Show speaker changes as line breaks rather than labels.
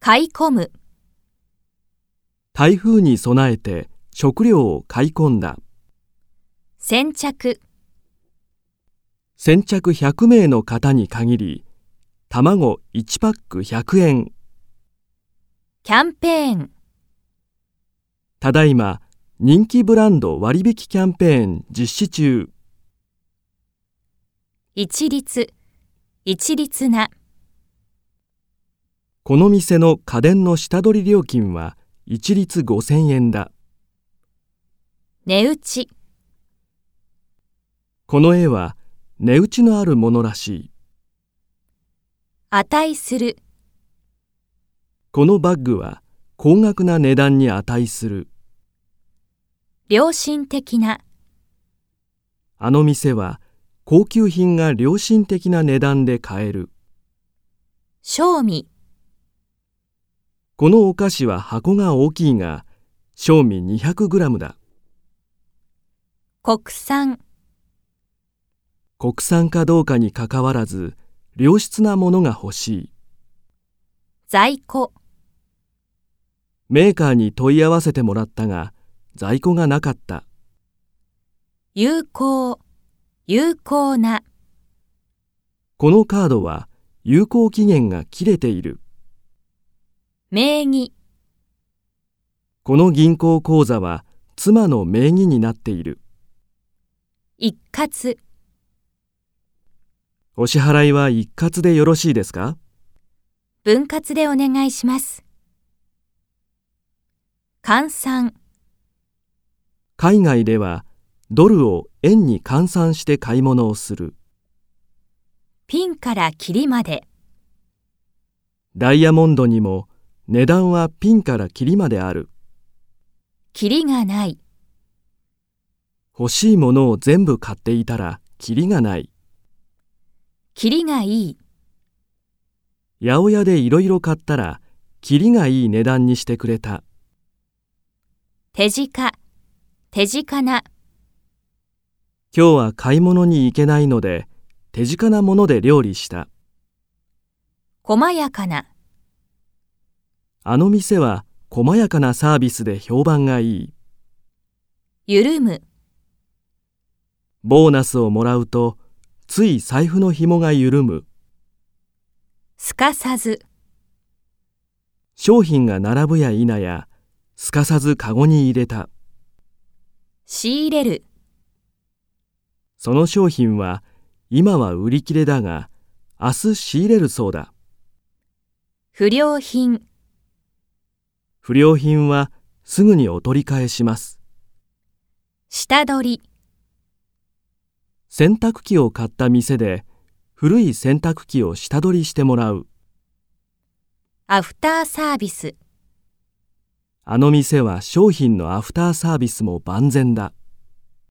買い込む、
台風に備えて食料を買い込んだ。
先着、
先着100名の方に限り、卵1パック100円。
キャンペーン、
ただいま人気ブランド割引キャンペーン実施中。
一律、一律な、
この店の家電の下取り料金は一律5000円だ。
値打ち、
この絵は値打ちのあるものらしい。
値する、
このバッグは高額な値段に値する。
良心的な、
あの店は高級品が良心的な値段で買える。
賞味、
このお菓子は箱が大きいが、賞味 200g だ。
国産、
国産かどうかにかかわらず、良質なものが欲しい。
在庫、
メーカーに問い合わせてもらったが、在庫がなかった。
有効、有効な、
このカードは有効期限が切れている。
名義、
この銀行口座は妻の名義になっている。
一括、
お支払いは一括でよろしいですか
分割でお願いします。換算、
海外ではドルを円に換算して買い物をする。
ピンからキリまで、
ダイヤモンドにも値段はピンからキリまである。
キリがない、
欲しいものを全部買っていたらキリがない。
キリがいい、
八百屋でいろいろ買ったらキリがいい値段にしてくれた。
手近、手近な、
今日は買い物に行けないので手近なもので料理した。
細やかな、
あの店は細やかなサービスで評判がいい。
緩む、
ボーナスをもらうとつい財布の紐が緩む。
すかさず、
商品が並ぶや否やすかさずカゴに入れた。
仕入れる、
その商品は今は売り切れだが明日仕入れるそうだ。
不良品、
不良品はすぐにお取り替えします。
下取り、
洗濯機を買った店で古い洗濯機を下取りしてもらう。
アフターサービス。
あの店は商品のアフターサービスも万全だ。